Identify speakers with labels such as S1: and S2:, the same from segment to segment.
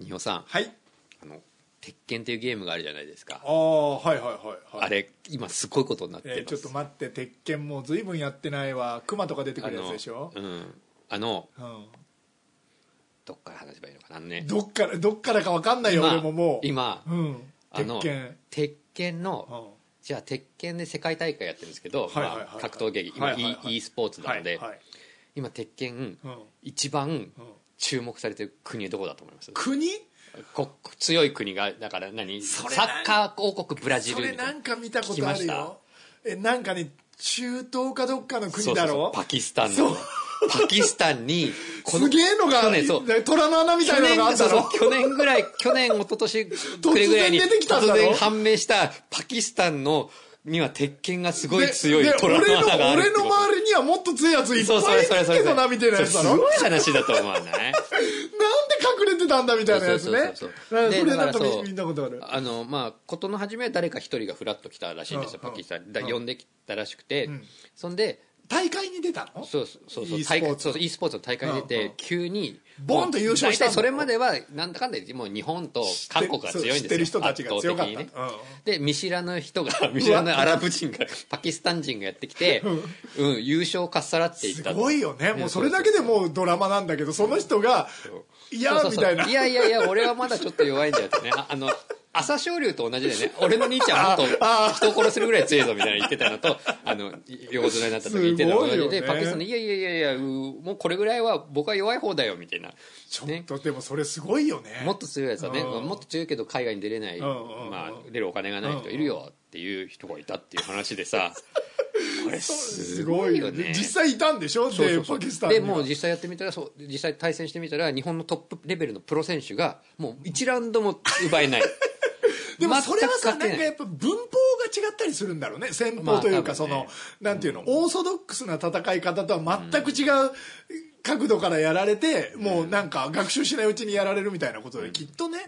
S1: 二保さん
S2: はい
S1: あの鉄拳っていうゲームがあるじゃないですか
S2: ああはいはいはい、はい、
S1: あれ今すごいことになってます、
S2: えーちょっと待って鉄拳もう随分やってないわ熊とか出てくるやつでしょ
S1: あ、のうんあの
S2: うん
S1: どっから話せばいいのかなあのね
S2: どっからどっからか分かんないよ
S1: 今
S2: 俺ももう
S1: 今
S2: うん
S1: あの
S2: 鉄拳
S1: 鉄拳の、
S2: うん
S1: じゃあ鉄拳で世界大会やってるんですけど、
S2: はいはいはい
S1: まあ、格闘技今、
S2: はいはいはい
S1: e, e スポーツなので、
S2: はいはい
S1: 今鉄拳
S2: うん
S1: 一番
S2: うん
S1: 注目されてる国はどこだと思います
S2: 国
S1: こ強い国がだから何サ
S2: それ
S1: ッカー王国ブラジ
S2: そ
S1: ル
S2: れ
S1: みた
S2: ない
S1: なん
S2: か見たこ
S1: 聞き
S2: とあ
S1: まし
S2: る
S1: た
S2: よえなんかね中東かどっかの
S1: そ
S2: 国
S1: うそう
S2: だ
S1: そう
S2: ろ
S1: パキスタン
S2: そ
S1: の
S2: う
S1: パキスタンに
S2: すげえのが
S1: 去
S2: ある
S1: 年そう
S2: 虎の穴みた
S1: 去
S2: いなの
S1: 年
S2: があ
S1: そ
S2: んだ
S1: う
S2: ろ
S1: そう去年ぐらい、去年、一昨年くれぐらいに、
S2: 突然出てきたんだ
S1: 突
S2: ろ
S1: 然判明したパキスタンの、には鉄拳がすごい強い
S2: でで
S1: トラウマがあるって
S2: 俺
S1: こ
S2: の
S1: と。
S2: 俺の周りにはもっと強いやついっぱいいるけどなみたいなやつ
S1: そ
S2: だろなん
S1: れ
S2: で
S1: すごい話だと思わない
S2: 隠れてたんだみたいなやつねなんか
S1: そう
S2: そ
S1: そうそうそうで
S2: れな
S1: だ
S2: んか
S1: からそう
S2: み見たことある
S1: あのまあ事の始めは誰か一人がフラッと来たらしいんですよ
S2: うん
S1: パキスタンだ
S2: うん
S1: 呼んできたらしくて、
S2: ん
S1: そんで
S2: 大会に出たの
S1: そうそうそうそう
S2: e スポ
S1: 大会
S2: ーツ
S1: そうそう e スポーツの大会に出て、
S2: うんうん
S1: 急に
S2: ボンと優勝したん
S1: もう大体
S2: だ
S1: それまではなんだかんだ言ってもう日本と韓国が強いんですよ
S2: 知ってる人たちが強かった
S1: 圧倒的にねで見知らぬ人 が見知ら ぬアラブ人がパキスタン人がやってきて、うん、優勝をかっさらっていっ
S2: す
S1: たと
S2: ごいよねもうそ
S1: そうそ
S2: れ
S1: う
S2: だけでもうドラマなんだけどその人がいや
S1: そう
S2: み
S1: そうそ
S2: た
S1: う
S2: いない
S1: やいやいや俺はまだちょっと弱いんだよってねああの朝青龍と同じでね俺の兄ちゃんもっと人を殺せるぐらい強いぞみたいな言ってたのとあの横綱になった時言ってたのと同じで、
S2: すごいよね
S1: パキスタンの「いやいやいやいやうーもうこれぐらいは僕は弱い方だよ」みたいな、
S2: ちょ
S1: ね
S2: っ、とでもそれすごいよね
S1: もっと強いやつはね
S2: うん
S1: もっと強いけど海外に出れない、
S2: うんうんうん
S1: まあ、出るお金がない人いるよっていう人がいたっていう話で さこれす
S2: す
S1: ご
S2: ご
S1: い
S2: い
S1: よ
S2: よ
S1: ね
S2: ね実際いたんでしょ
S1: そうそう
S2: で
S1: そう
S2: パキスタンに
S1: で
S2: は
S1: もう実際やってみたらそう実際対戦してみたら日本のトップレベルのプロ選手がもう1ラウンドも奪えない
S2: でもそれは
S1: 全
S2: さ
S1: く勝
S2: な
S1: て
S2: ん
S1: ない
S2: かやっぱ文法が違ったりするんだろうね戦
S1: まあ
S2: 法というか
S1: 多
S2: そ
S1: 分ね
S2: のなんていうのオーソドックスな戦い方とは全く違う角度からやられてもうなんか学習しないうちにやられるみたいなことできっとね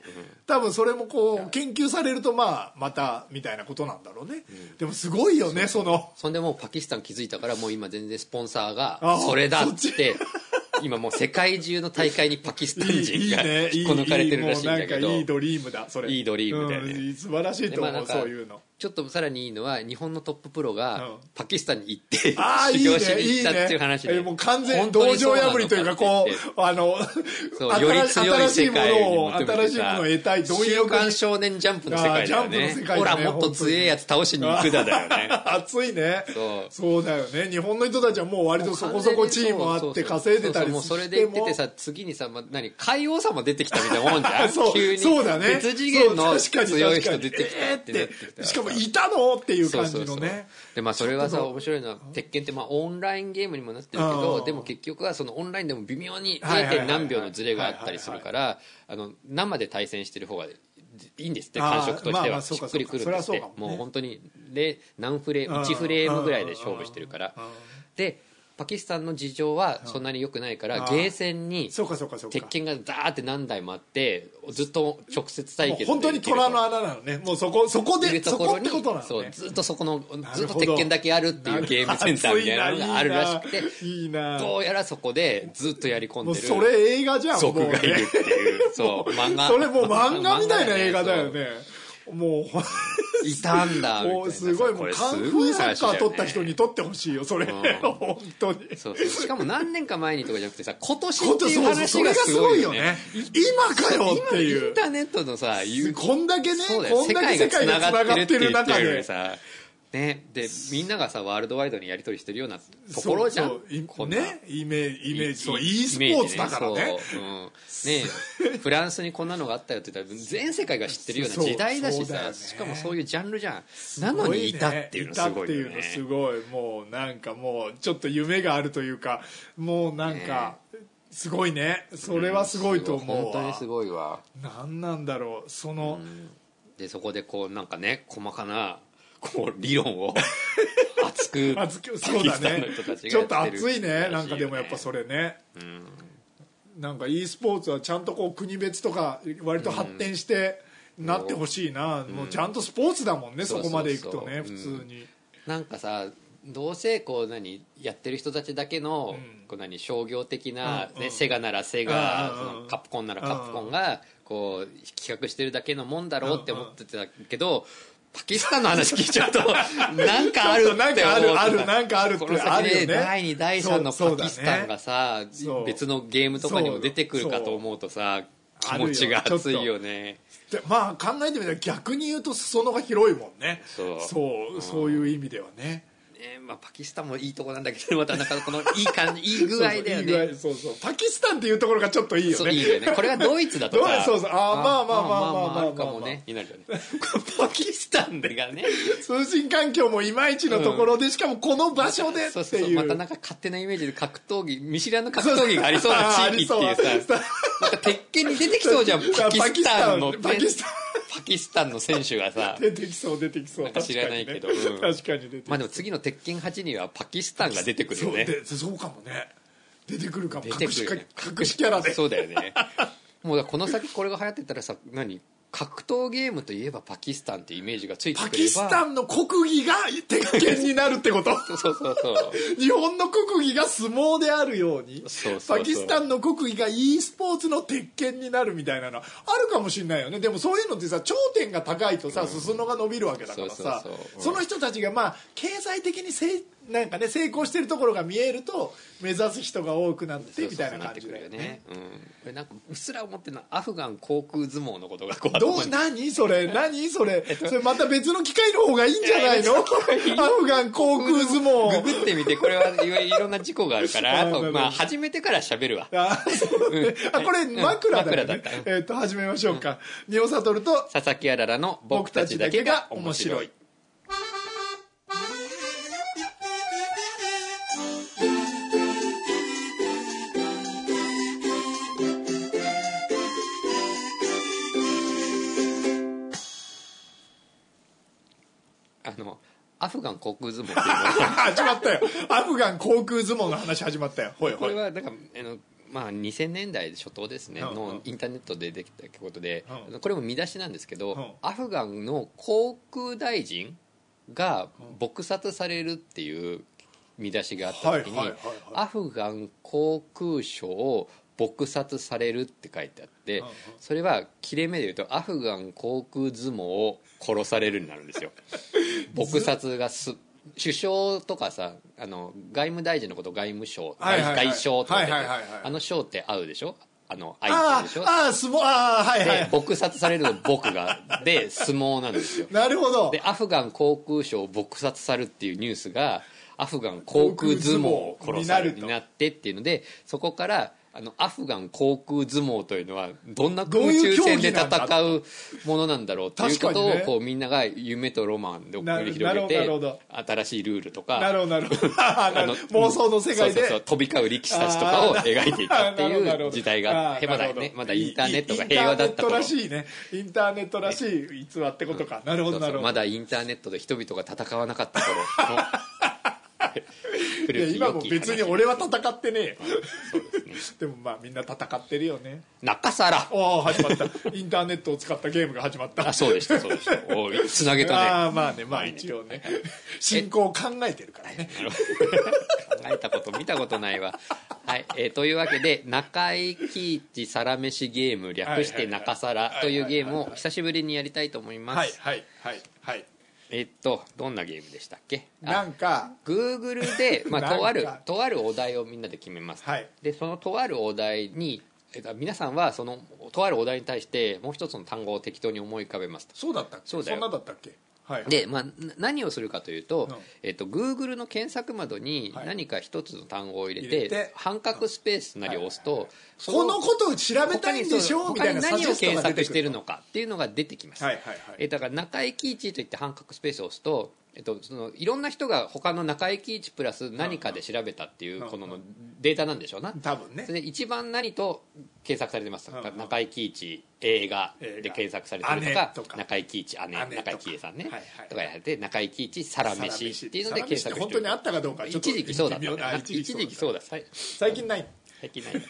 S2: 多分それもこう研究されるとまあまたみたいなことなんだろうねでもすごいよねその
S1: そんでもうパキスタン気づいたからもう今全然スポンサーが
S2: あ
S1: それだっ
S2: そっち
S1: て今もう世界中の大会にパキスタン
S2: いいいい
S1: 人が
S2: ねいい
S1: 引っ こ抜かれてるらしいんだけ
S2: もうなんかいい
S1: ど
S2: ドリームだそれ
S1: いいドリームだよね
S2: うん素晴らしい
S1: で
S2: と
S1: まあな
S2: 思
S1: ん
S2: う
S1: か
S2: そういうの
S1: ちょっとさらにいいのは日本のトッププロ
S2: うん
S1: がパキスタンに行って
S2: ああ、
S1: 修
S2: いいね
S1: 行し、に行
S2: い
S1: っ
S2: い
S1: たってい
S2: ね
S1: う話。
S2: え
S1: で
S2: もう完全
S1: 本
S2: に
S1: 当
S2: 道
S1: にそう
S2: 場
S1: なの
S2: 破りというか、こ
S1: って言って
S2: う、あの、
S1: そうより強い
S2: 新し
S1: 世
S2: いも
S1: 界に
S2: のを、
S1: 求め
S2: 新
S1: て
S2: しいも
S1: た
S2: のを得たい、貪
S1: 週
S2: 欲
S1: 刊少年ジャンプの世界だよ
S2: あージャンプの世
S1: ね
S2: 界だね
S1: ほらもっと強えやつ倒しに行くだだよね
S2: 熱いね
S1: そう
S2: そうだよね日本の人たちはもう割とそこそこチームあって稼いでた
S1: そ
S2: りして
S1: う
S2: も
S1: そうそうもうそれで言っててさ次にさ、ま、何海王様出てきたみたいなもんじゃん
S2: そう
S1: 急に
S2: そうだね
S1: 別次元の
S2: そう確かに
S1: 強い人
S2: 確か
S1: 出
S2: に
S1: てきたってなってき
S2: えー
S1: たら
S2: しかもいたのっていう感じ
S1: そ
S2: の
S1: うそうそう
S2: ね
S1: でまあそれはさ面白いのは鉄拳ってまあオンラインゲームにもなってるけ
S2: う
S1: ど
S2: ん
S1: でも結局はそのオンラインでも微妙に
S2: はいはいはい
S1: 0. 何秒のズレがあったりするからあの生で対戦してる方がいいんですって
S2: あー
S1: 感触とし
S2: まあ
S1: て
S2: ま
S1: は
S2: あ
S1: し
S2: そう
S1: っ
S2: か
S1: くりくるんですっ
S2: そう
S1: て
S2: かそれはそうかもね
S1: もう本当にで何フレーム1フレームぐらいで勝負してるから
S2: うんうんうん
S1: でパキスタンの事情はそんなに良くないから
S2: うん
S1: ゲーセンに
S2: そうかそうかそうか
S1: 鉄拳がザーって何台もあってずっと直接対
S2: もう
S1: 決
S2: 本当に虎の穴なのねもうそこそこ
S1: い
S2: で
S1: うと
S2: そ
S1: こ
S2: こ
S1: ろ
S2: っ
S1: に
S2: てことな
S1: そ
S2: の
S1: う
S2: ね
S1: ずっとそこの
S2: な
S1: ず
S2: る
S1: っと
S2: ほど
S1: 鉄拳だけあるっていうゲームセンターみたいなのがあるらしくて
S2: いいな
S1: どうやらそこでずっとやり込ん
S2: もう
S1: でる
S2: それ映画じゃん
S1: 族
S2: もう
S1: がいるっていうそう漫画
S2: それもう漫画みたいな映画だよねもう
S1: そういたんだみたいな
S2: もうすごいも
S1: こ
S2: う
S1: れ
S2: カン
S1: す
S2: フ
S1: ご
S2: ー
S1: い
S2: サッ
S1: 話だ
S2: カ
S1: よね
S2: ー撮った人に撮ってほしいよそれ、本当に
S1: そうそうしかも何年か前にとかじゃなくてさ今年
S2: 本
S1: って
S2: 当
S1: いう
S2: そうそうそ
S1: 話
S2: れ
S1: が
S2: がす
S1: す
S2: ご
S1: ご
S2: い
S1: い
S2: よ
S1: よ
S2: ね
S1: ね
S2: 今かよって
S1: 今イ
S2: い
S1: ン
S2: う
S1: ターネットのさ言う
S2: こんだけね
S1: そうだよ
S2: こん
S1: 世
S2: だけ
S1: 界が
S2: 世
S1: つ
S2: 界が
S1: な
S2: つな
S1: がっ
S2: が
S1: てる
S2: っ
S1: って
S2: て
S1: いうよ
S2: る中
S1: り
S2: で
S1: さねでみんながさワールドワイドにやり取りしてるようなと
S2: そう
S1: ころじゃん
S2: そうい
S1: こんな
S2: ねイメージイメージそう e スポ
S1: イメ
S2: ー
S1: ジ
S2: ツだからね
S1: そううん ねフランスにこんなのがあったよって言ったら全世界が知ってるような
S2: そう
S1: 時代だし
S2: そうだよ
S1: さ
S2: ね
S1: しかもそういうジャンルじゃんなのにいたっていうのすごいよ
S2: たっていうのす
S1: ね
S2: ごいもうなんかもうちょっと夢があるというかもうなんかすごいねそれはすごいと思う
S1: 本当に
S2: わ
S1: すごいわ
S2: 何なんだろうその
S1: でそこでこうなんかね細かなこう理論 を熱く
S2: 熱くそ
S1: パ
S2: うだね
S1: キスタンの人たち
S2: ち
S1: が
S2: ょ
S1: や
S2: って
S1: る
S2: と熱い
S1: らし
S2: ねなんかでもやっぱそれねなんか e スポーツはちゃんとこう国別とか割と発展してなってほしいなもうちゃんとスポーツだもんねそこまでいくと
S1: そ
S2: ね普
S1: うそう
S2: 通
S1: そう
S2: に
S1: なんかさどうせこう何やってる人たちだけの、こう何商業的な、
S2: うん
S1: ね
S2: うん
S1: セガならセガ、
S2: うんうんうん
S1: そのカプコンならカプコンが、こう企画してるだけのもんだろうって思ってたけど、パキスタンの話聞いち ゃうとなんかあるって思う
S2: なんかあるあるなんかあるって
S1: この
S2: あ
S1: 先
S2: るよね
S1: ね第2第3の
S2: そうそうだね
S1: パキスタンがさ、
S2: そう
S1: 別のゲームとかにも出てくるかと思うとさ
S2: そ
S1: 気
S2: う
S1: 持ちが
S2: あるよ
S1: 熱いよね
S2: でまあ考えてみたら逆に言うと裾野が広いもんね
S1: そう
S2: そうそういう意味ではね
S1: ねまあ、パキスタンもいいとこなんだけどまたなんかこのいい感じいい具合だよね
S2: そうそういい具合そうそうパキスタンっていうところがちょっといいよ
S1: そう
S2: ね
S1: いいよねこれがドイツだと
S2: ドイ
S1: か
S2: ツそうそうあーまあまあまあまあまあまあ
S1: るかもねになるよねパキスタンでがね
S2: 通信環境もいまいちのところで、しかもこの場所で
S1: そう
S2: って
S1: そう
S2: いう
S1: またなんか勝手なイメージで格闘技見知らぬ格闘技がありそうな地域って
S2: そうそうあーあ
S1: い
S2: り
S1: う
S2: そう
S1: さなんか鉄拳に出てきそうじゃんパキスタンの
S2: パキスタン
S1: パキスタンの選手がさ
S2: 出てきそう出てきそう
S1: なんか知らないけど
S2: 確かに,、
S1: うん
S2: 確かに出てき
S1: ま
S2: そう
S1: あでも次の鉄拳8にはパキスタンが出てくる
S2: そ
S1: よ
S2: う
S1: ね
S2: でそうかもね出てくるかも
S1: 出て
S2: 隠
S1: く
S2: し
S1: るよね
S2: 隠しキャラで
S1: そうだよねもうだからこの先これが流行ってたらさ何格闘ゲームといえばパキスタンってイメージがついてくれば
S2: パキスタンの国技が鉄拳になるってこと
S1: そうそうそう
S2: 日本の国技が相撲であるように
S1: そうそうそう
S2: パキスタンの国技が e スポーツの鉄拳になるみたいなのあるかもしれないよねでもそういうのってさ頂点が高いとさ、裾野が伸びるわけだからさ
S1: そうそうそううん
S2: その人たちがまあ経済的にせいなんかね成功してるところが見えると目指す人が多くなってみたいな感じだよね。
S1: そうそうなってくるよね、うん、これなんかうっすら思ってるのはアフガン航空相撲のことがこう
S2: ど
S1: 頭
S2: う
S1: に
S2: 何それ何それそれまた別の機会の方がいいんじゃないのアフガン航空
S1: グ
S2: 相撲
S1: グってみてこれはいわいろんな事故があるから
S2: あーなるほど
S1: まあ始めてから喋るわ
S2: あそうねあこれ枕だよ
S1: 枕だっ
S2: ね
S1: た
S2: えっと始めましょうか仁王悟と
S1: 佐々木あららの「僕
S2: 僕
S1: た
S2: た
S1: ち
S2: ち
S1: だ
S2: だ
S1: け
S2: け
S1: が
S2: が
S1: 面
S2: 面
S1: 白
S2: 白
S1: い
S2: い」
S1: あのアフガン航空相撲っていうのは
S2: 始まったよアフガン航空相撲の話始まったよほい
S1: こ
S2: ほ
S1: れ
S2: い
S1: はなんかあの、まあ、2000年代初頭ですね、
S2: うんう
S1: の
S2: ん
S1: インターネットでできたことで、
S2: うん
S1: これも見出しなんですけど、
S2: うん
S1: アフガンの航空大臣が撲殺されるっていう見出しがあった時に、
S2: はいはいはいはい
S1: アフガン航空省を撲殺されるって書いてあって、
S2: うんうん
S1: それは切れ目で言うとアフガン航空相撲を殺されるになるんですよ撲殺がす首相とかさあの外務大臣のことを外務省
S2: はいはいはい
S1: 外相とか言って
S2: はいはいはいはい
S1: あの省って合うでしょあの相手
S2: あ
S1: でし
S2: ー
S1: ょ
S2: あー相撲ああはいは
S1: で
S2: い
S1: 撲殺されるの僕がで相撲なんですよ
S2: なるほど
S1: でアフガン航空省を撲殺されるっていうニュースがアフガン航空相撲を殺される
S2: になると
S1: になってっていうのでそこからあのアフガン航空相撲というのはどんな空中戦で戦うものなんだろうということを
S2: 確かにね
S1: こうみんなが夢とロマンで繰り広げ
S2: な
S1: て
S2: るほどなる
S1: 新しいルールと
S2: な
S1: か
S2: るほどなるほどあーな
S1: あ
S2: る
S1: の
S2: 妄想の世界で
S1: そうそうそう飛び交う力士たちとかを描いていたって
S2: あーなるほどないる
S1: う
S2: ほど
S1: 時代があ
S2: あ
S1: っ
S2: ー
S1: てまだ
S2: なるほ
S1: ね
S2: ど
S1: まだインターネットが
S2: いい
S1: 平和だった
S2: インターネット
S1: 頃
S2: らしいねインターネットらしい逸話ってことか、なるほ
S1: そ
S2: ど
S1: うそ
S2: な
S1: う
S2: るほど
S1: まだインターネットで人々が戦わなかった頃 の
S2: いや
S1: 古き
S2: 今
S1: 良
S2: も
S1: き
S2: 別に
S1: 話
S2: 俺は戦ってねえよでもまあみんな戦ってるよね
S1: 中皿
S2: ああ始まったインターネットを使ったゲームが始まった
S1: あそうでしたそうでしたおいつなげた
S2: あ
S1: ね
S2: あまあねまあ一応ね進行を考えてるからね
S1: 考えたこと見たことないわはい、えーというわけで中井貴一皿飯ゲーム略して中皿というゲームを久しぶりにやりたいと思います、
S2: はいはいはいはい
S1: えーっとどんなゲームでしたっけあ
S2: なんか
S1: Google で、まあ、
S2: なんか
S1: とあるとあるお題をみんなで決めます、
S2: はい
S1: でそのとあるお題に、えっと、皆さんはそのとあるお題に対してもう一つの単語を適当に思い浮かべますと
S2: そうだったっけ
S1: そ
S2: そう
S1: だよ
S2: んなだったっけはい
S1: で、まあ、な何をするかというと,、
S2: うん
S1: えっと Google の検索窓に
S2: はい
S1: 何か一つの単語を入れて,、
S2: 入れて
S1: 半角スペースなりを押すと、そ
S2: このことを調べたいんでしょみ
S1: 他
S2: たい
S1: に
S2: な
S1: 何を検索してる
S2: の
S1: のかっていうのが出てきます、
S2: はいはいはい
S1: えーだから中井貴一といって半角スペースを押すと、えっと、そのいろんな人が他の中井貴一プラス何かで調べたっていう
S2: うん
S1: このデータなんでしょうな
S2: 多分ね
S1: それで一番何と検索されてます
S2: うんうん
S1: 中井貴一映画
S2: 映
S1: で
S2: 画
S1: 検索されてるとか
S2: 姉とか
S1: 中井貴一姉
S2: 姉と
S1: 中
S2: か
S1: 井貴恵さんね
S2: はいはい
S1: とかやられて中井貴一皿
S2: サラメ
S1: 飯
S2: シ
S1: っていうので検索
S2: サラメシって本当にあったかどうかちょっと
S1: 一時期そうだった
S2: 微妙な
S1: な一時期そうだ最
S2: 最近ない
S1: 最近ない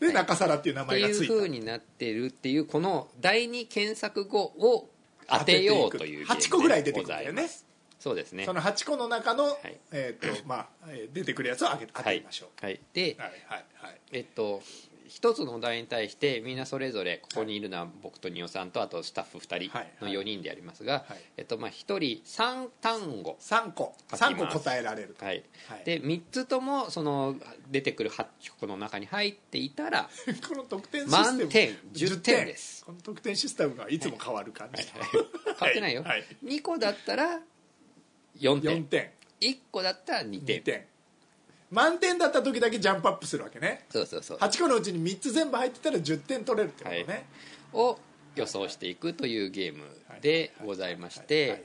S2: で中皿っていう名
S1: って
S2: 前が
S1: いう
S2: ついた
S1: ふうになってるっていうこの第二検索語を当てようという
S2: 8個ぐらい出
S1: ゲームで
S2: てくるんだよ
S1: ござ
S2: ね
S1: ますそうですね
S2: その8個の中の、
S1: い
S2: えーっとまあ、えー出てくるやつを当て当てみましょう、
S1: はい、はい、で、
S2: はい、はいはい
S1: えっと一つのお題に対してみんなそれぞれここにいるのは僕と二オさんとあとスタッフ2
S2: はい
S1: 人の4人でやりますが、
S2: はい
S1: えっとまあ、1人3単語、
S2: 3個
S1: 書きます
S2: 三個答えられると、
S1: はい
S2: はい
S1: で3つともその出てくる8個の中に入っていたら
S2: この得点システム
S1: 満点10点です
S2: この得点システムがいつも変わる感じ、
S1: 買ってないよ、
S2: はいはい
S1: 2個だったら4点
S2: 4点
S1: 1個だったら2点
S2: 2点満点だった時だけジャンプアップするわけね
S1: そうそうそう
S2: 8個のうちに3つ全部入ってたら10点取れるってことね、
S1: はいを予想していくというゲームでございまし
S2: はい
S1: て
S2: はい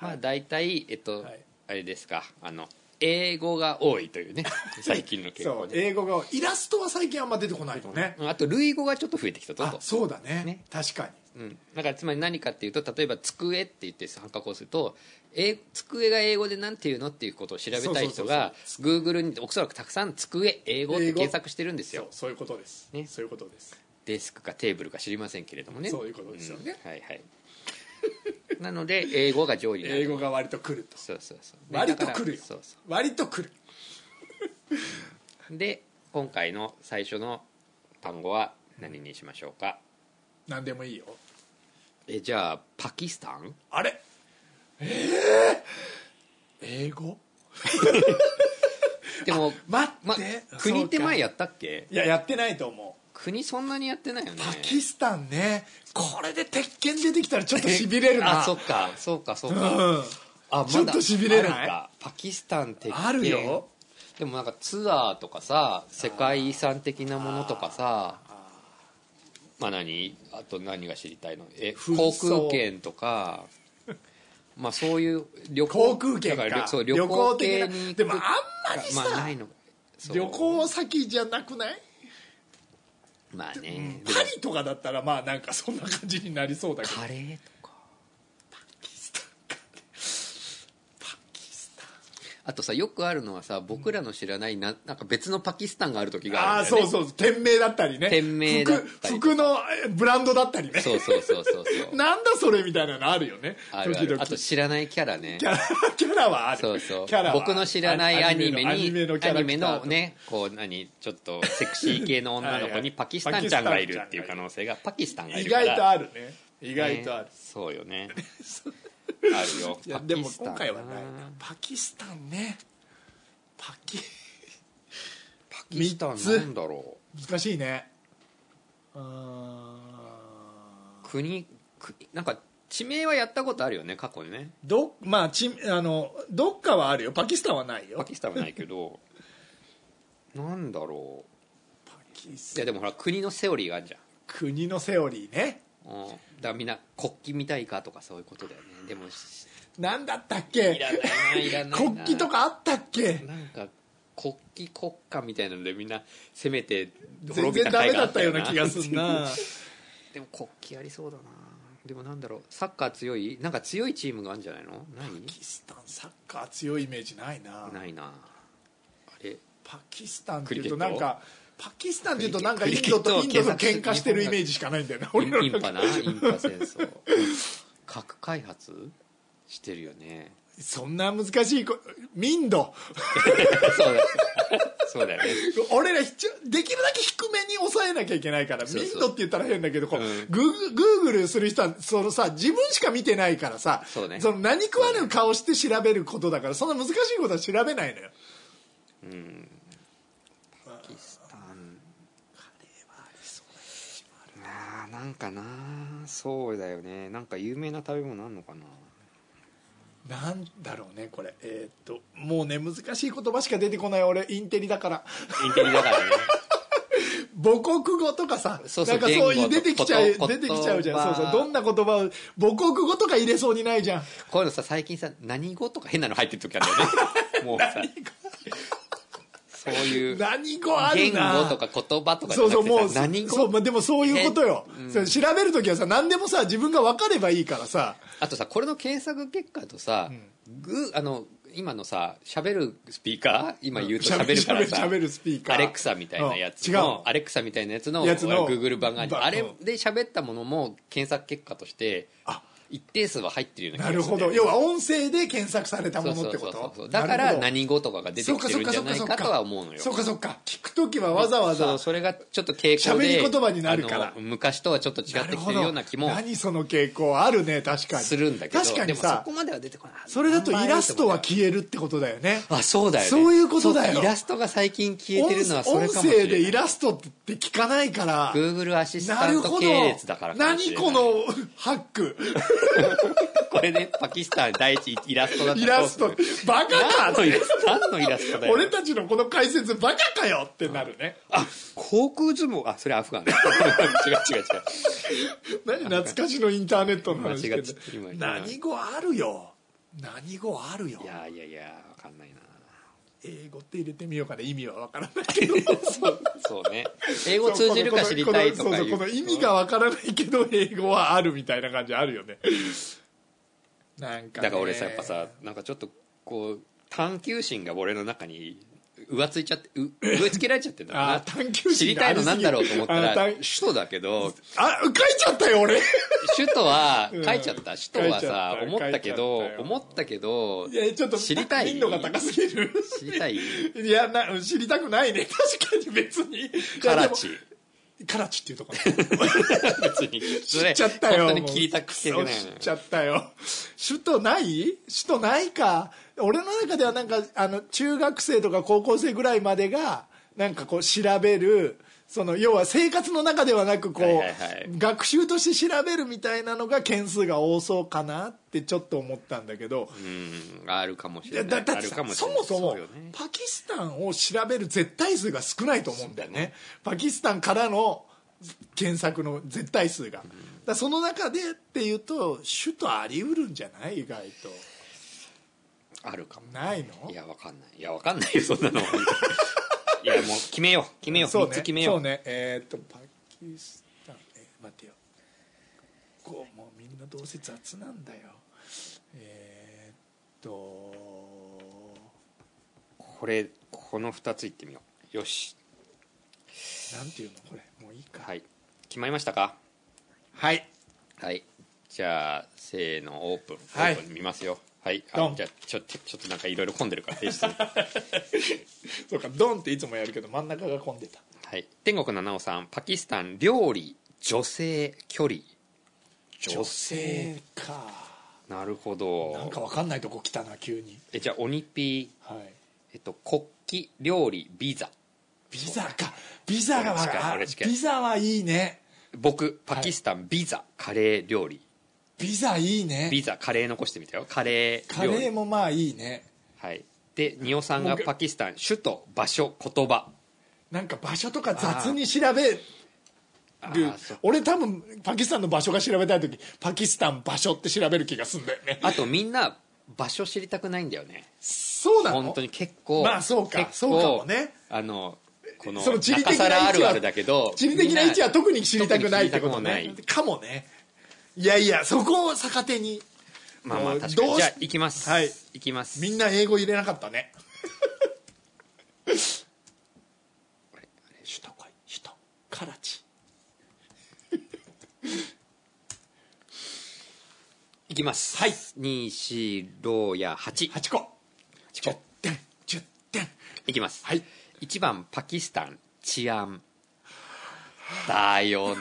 S1: まあ大体えっと、
S2: はい
S1: あれですかあの英語が多いと いうね最近の傾
S2: そ
S1: 向
S2: う
S1: で
S2: 英語がイラストは最近あんま出てこないのね
S1: うんあと類語がちょっと増えてきたと
S2: あ
S1: と
S2: そうだね
S1: ね
S2: 確かに
S1: うん、だからつまり何かっていうと例えば「机」って言って参加をすると「え机が英語でなんていうの?」っていうことを調べたい人が Google におそらくたくさん「机英語」って検索してるんです
S2: そう
S1: よ
S2: そういうことです、
S1: ね
S2: そういうことです
S1: デスクかテーブルか知りませんけれどもね
S2: そういうことですよね
S1: うんはいはい なので英語が上位になる
S2: 英語が割と来ると
S1: そうそうそうで
S2: 割と
S1: だから
S2: 来るよ
S1: そうそ
S2: 割と来る
S1: うで今回の最初の単語は何にしましょうか
S2: 何でもいいよ
S1: えじゃあパキスタン
S2: あれえー、英語
S1: でも
S2: 待
S1: ま
S2: って、
S1: 国って前
S2: や
S1: やったっけ
S2: いややってないと思う
S1: 国そんなにやってないよね
S2: パキスタンねこれで鉄拳出てきたらちょっとしびれるな
S1: あそっかそうかそう
S2: う
S1: か、
S2: ん
S1: あ
S2: ちょっと痺れない
S1: あるかパキスタンって
S2: あるよ
S1: でもなんかツアーとかさ世界遺産的なものとかさまあ何あと何が知りたいのえ
S2: 紛
S1: 航
S2: 争
S1: 空券と かまあそういう旅行
S2: 航空券
S1: だ
S2: か
S1: らそう
S2: 旅
S1: 旅
S2: 行
S1: 行
S2: 的な
S1: 系に行く
S2: でもあんまりさ
S1: まあないのそう
S2: 旅行先じゃなくない
S1: まあね
S2: パリとかだったらまあなんかそんな感じになりそうだけど
S1: カレーとか
S2: パキスタンかパキスタン
S1: あとさよくあるのはさ僕らの知らないななんか別のパキスタンがある時が
S2: あ
S1: あ
S2: あ
S1: るんだよね
S2: そうそう店名だったりね
S1: 店名だったり
S2: 服服のえブランドだったりね
S1: そうそうそうそうそう
S2: なんだそれみたいなのあるよね
S1: あるある
S2: 時々
S1: あと知らないキャラね
S2: キャラ キャラはある
S1: そうそう
S2: キャラは
S1: 僕の知らないアニメに
S2: アニメのキャ
S1: ア
S2: ラ
S1: ニ
S2: クタ
S1: メ
S2: ーと
S1: のねこう何ちょっとセクシー系の女の子
S2: はいはい
S1: にパキスタンちゃんがいるっていう可能性がパキスタンがい
S2: 意
S1: るから
S2: 外とあるね意
S1: ね
S2: 外とある、
S1: そうよ ねあるよ
S2: いや
S1: パ
S2: でも
S1: キスタン
S2: 今回はないなパキスタンねパキ
S1: パキスタンなんだろ
S2: 難しいねうーん
S1: う国国なんか地名はやったことあるよね過去にね
S2: どまあちあのどっかはあるよパキスタンはないよ
S1: パキスタンはないけ どなんだろう
S2: パキス
S1: いやでもほら国のセオリーがあるじゃん
S2: 国のセオリーね
S1: うんだからみんな国旗見たいかとかそういうことだよねでもし
S2: なんだったっ
S1: いら
S2: け
S1: ないないらないな
S2: 国旗とかあったっけ
S1: なんか国旗国家みたいなのでみんなせめて
S2: 全然ダメだったような気がす
S1: る
S2: んな
S1: でも国旗ありそうだなでもなんだろうサッカー強いなんか強いチームがあるんじゃないの
S2: パキスタンサッカー強いイメージない
S1: な
S2: な
S1: いないなあれ
S2: パキスタンっていう
S1: ク
S2: と
S1: リケ
S2: な
S1: ット
S2: んかパキスタンっていうとなんか
S1: ク
S2: イ
S1: リ
S2: ン
S1: ケ
S2: ド
S1: ット
S2: とインドと
S1: 検
S2: 喧
S1: 索
S2: 嘩してるイメージしかないんだよね俺の
S1: インイン
S2: 中
S1: パ
S2: で
S1: なインパ戦争核開発してるよ ね
S2: そんな難しいこ民度
S1: そうだそうだよね
S2: 俺らひちょできるだけ低めに抑えなきゃいけないから
S1: そうそう
S2: 民度って言ったら変だけどこ
S1: う
S2: う、
S1: ん
S2: グーググーグルする人はそのさ自分しか見てないからさ
S1: そうね
S2: の何食わぬ顔して調べることだからそんな難しいことは調べないのよ
S1: パキスタンあーなんかなそうだよねなんか有名な食べ物あんのかな
S2: なんだろうねこれえーっともうね難しい言葉しか出てこない俺インテリだから
S1: インテリだからね
S2: 母国語とかさ
S1: そう
S2: な
S1: そ
S2: ん
S1: う
S2: かそう
S1: 言語と
S2: いう出てきちゃう
S1: こと
S2: 出てきちゃうじ
S1: 言
S2: ゃん
S1: 葉
S2: そうそうどんな言葉を母国語とか入れそうにないじゃん
S1: こういうのさ最近さ何語とか変なの入ってる時あるよ ねもうさそういう言
S2: 何語あるな
S1: 語とか言葉とかじ
S2: そ
S1: ゃ
S2: う
S1: な
S2: そ
S1: く
S2: うも
S1: て
S2: う
S1: さ何
S2: そ
S1: 語
S2: う、まあ、でもそういうことよ、それ調べるときはさ何でもさ自分が分かればいいか らさ
S1: あとさこれの検索結果だとさ、グーあの今のさ喋るスピーカー今言うと
S2: うん
S1: 喋るから
S2: 喋
S1: さ、
S2: る喋るスピーカー
S1: アレクサみたいなやつ
S2: うん違うの
S1: のアレクサみたいなやつの
S2: やつの
S1: Google 版がある
S2: ば
S1: あれ
S2: うん
S1: で喋ったものも検索結果として
S2: あ
S1: 一定数は入ってるような気
S2: な
S1: が
S2: る
S1: する
S2: ほ
S1: んだよ
S2: ど
S1: ね
S2: 要は音声で検索されたものって
S1: そ
S2: こ
S1: うそうそうそ
S2: と
S1: うだか
S2: なる
S1: ら
S2: ほど
S1: 何語とかが出て
S2: そ
S1: き
S2: うか
S1: て
S2: そ
S1: る
S2: うんか
S1: じ
S2: そ
S1: ゃ
S2: うか
S1: ない
S2: そう
S1: か
S2: か
S1: とは思うのよ
S2: そうかそうか聞くときはわざわ
S1: そ
S2: ざ
S1: うそれがちょっと傾向で
S2: 喋り言葉になるから
S1: あの昔とはちょっと違ってきてるような気も
S2: なるほど何その傾向あるね確かに
S1: するんだけど
S2: 確かに
S1: でも
S2: さ
S1: そこまでは出てこない
S2: それだとイラストは消えるってことだよね
S1: あそうだよ、ね、
S2: そういうことだよ
S1: そうイラストが最近消え
S2: 音
S1: てるのはそれ
S2: 音
S1: かもしれな
S2: 声
S1: い
S2: でイラストって聞かないから
S1: Google アシス
S2: な
S1: タ
S2: る
S1: ント
S2: ほ
S1: 系
S2: ど
S1: 列だからかもしれ
S2: 何
S1: ない
S2: このハック
S1: これでパキスタン第一イラストだった
S2: イ
S1: らど
S2: ラ
S1: う
S2: ス
S1: する
S2: トバカ
S1: 何の
S2: か
S1: イラスト何のイラストだよ
S2: 俺たちのこの解説バカかよってなるね
S1: あ航空相撲あそれアフガンだ 違う違う違う
S2: 何懐かしのインターネットの話して
S1: 間違っちゃった今
S2: る
S1: 今
S2: 何語あるよ何語あるよ
S1: いやいやいやわかんないな
S2: 英語って入れてみようかな意味はわからないけど
S1: そうそうね英語通じるか知りたいとか
S2: そうそう
S1: い
S2: この意味がわからないけど英語はあるみたいな感じあるよねなんかね
S1: だから俺さやっぱさなんかちょっとこう探求心が俺の中に浮ついちゃってう植え付けられちゃってんだろうな
S2: あ探求心
S1: 知りたいのなんだろうと思ったら
S2: あた
S1: 首都だけ ど
S2: あ書いちゃったよ 俺
S1: 首都は
S2: うん
S1: 書いちゃった首都は
S2: 書いちゃっ
S1: さ
S2: た
S1: 思ったけど
S2: 書いちゃったよ
S1: 思ったけど
S2: いやちょっと
S1: 知りたい
S2: 頻度が高すぎる
S1: 知りたい
S2: いやな知りたくないね 確かに別にい
S1: カ
S2: やで
S1: ラ
S2: も
S1: チ
S2: カラチっていうとこね
S1: 別に そ
S2: 知
S1: れ
S2: っちゃったよ
S1: 本当に切りたくて
S2: も
S1: ね
S2: う知っちゃったよ首都ない首都ないか俺の中ではなんかあの中学生とか高校生ぐらいまでがなんかこう調べるその要は生活の中ではなくこう、
S1: はいはいはい
S2: 学習として調べるみたいなのが件数が多そうかなってちょっと思ったんだけど、
S1: うんあるかもし
S2: い
S1: れ
S2: や
S1: な
S2: だ
S1: い
S2: だ
S1: あ
S2: って
S1: る
S2: さ
S1: かもし
S2: そ
S1: れない
S2: もそも
S1: うよね
S2: パキスタンを調べる絶対数が少ないと思うんだよねパキスタンからの検索の絶対数が、だからその中でっていうと首都ありうるんじゃない意外と
S1: あるかも
S2: ないの
S1: いやわかんないいやわかんないよそんな のいやもう決めよう決めよう
S2: そう
S1: 3
S2: ね
S1: つ決めよ
S2: そう
S1: う
S2: ねえーっとパキスタンえー待ってよこうもうみんなどうせ雑なんだよえーっと
S1: これこの2ついってみようよし
S2: なんていうのこれもういいか
S1: はい決まりましたか
S2: はい
S1: はいじゃあせーのオープンオ
S2: はい
S1: ープン見ますよはい、
S2: ド
S1: あ
S2: ン
S1: じゃあちょちょちょっとなんかいろいろ混んでるから停止 する
S2: そうかドンっていつもやるけど真ん中が混んでた
S1: はい天国七尾さんパキスタン料理女性距離女性
S2: か
S1: なるほ
S2: な
S1: ど
S2: んかわかんないとこ来たな急に
S1: えじゃあ鬼ピー
S2: はい
S1: えっと国旗料理ビザ
S2: ビザかビザがわ
S1: 俺近い
S2: か
S1: 俺近い
S2: ビザはいいね
S1: 僕パキスタン、ビザカレー料理
S2: ビザいいね
S1: ビザカレー残してみたよカレー
S2: カ
S1: 料理
S2: レーもまあいいね
S1: はいで仁尾さんがパキスタン首都場所言葉
S2: なんか場所とか雑に調べる
S1: あーそっか
S2: 俺多分パキスタンの場所が調べたい時パキスタン場所って調べる気がすんだよね
S1: あとみんな場所知りたくないんだよね
S2: そうなの
S1: 本当に結構
S2: まあそうか
S1: 結構
S2: そうかもね
S1: あのこの
S2: その地理
S1: 中
S2: 的な
S1: 皿
S2: 位
S1: あ
S2: 置
S1: る
S2: は
S1: あるだけど
S2: 地理的な位置は特に知りたくないっ
S1: 特に知りた
S2: て
S1: く
S2: こ
S1: も
S2: と
S1: な
S2: ね
S1: い
S2: かもねいやいやそこを逆手に
S1: まあまあ確か
S2: ど
S1: に
S2: うし
S1: じゃあ行きます
S2: はい
S1: 行きます
S2: みんな英語入れなかったね首都来い首 都カラチ
S1: 行きます
S2: はい
S1: 二四六や八
S2: 8個10点10点
S1: いきます
S2: はい
S1: 一番パキスタン治安だよな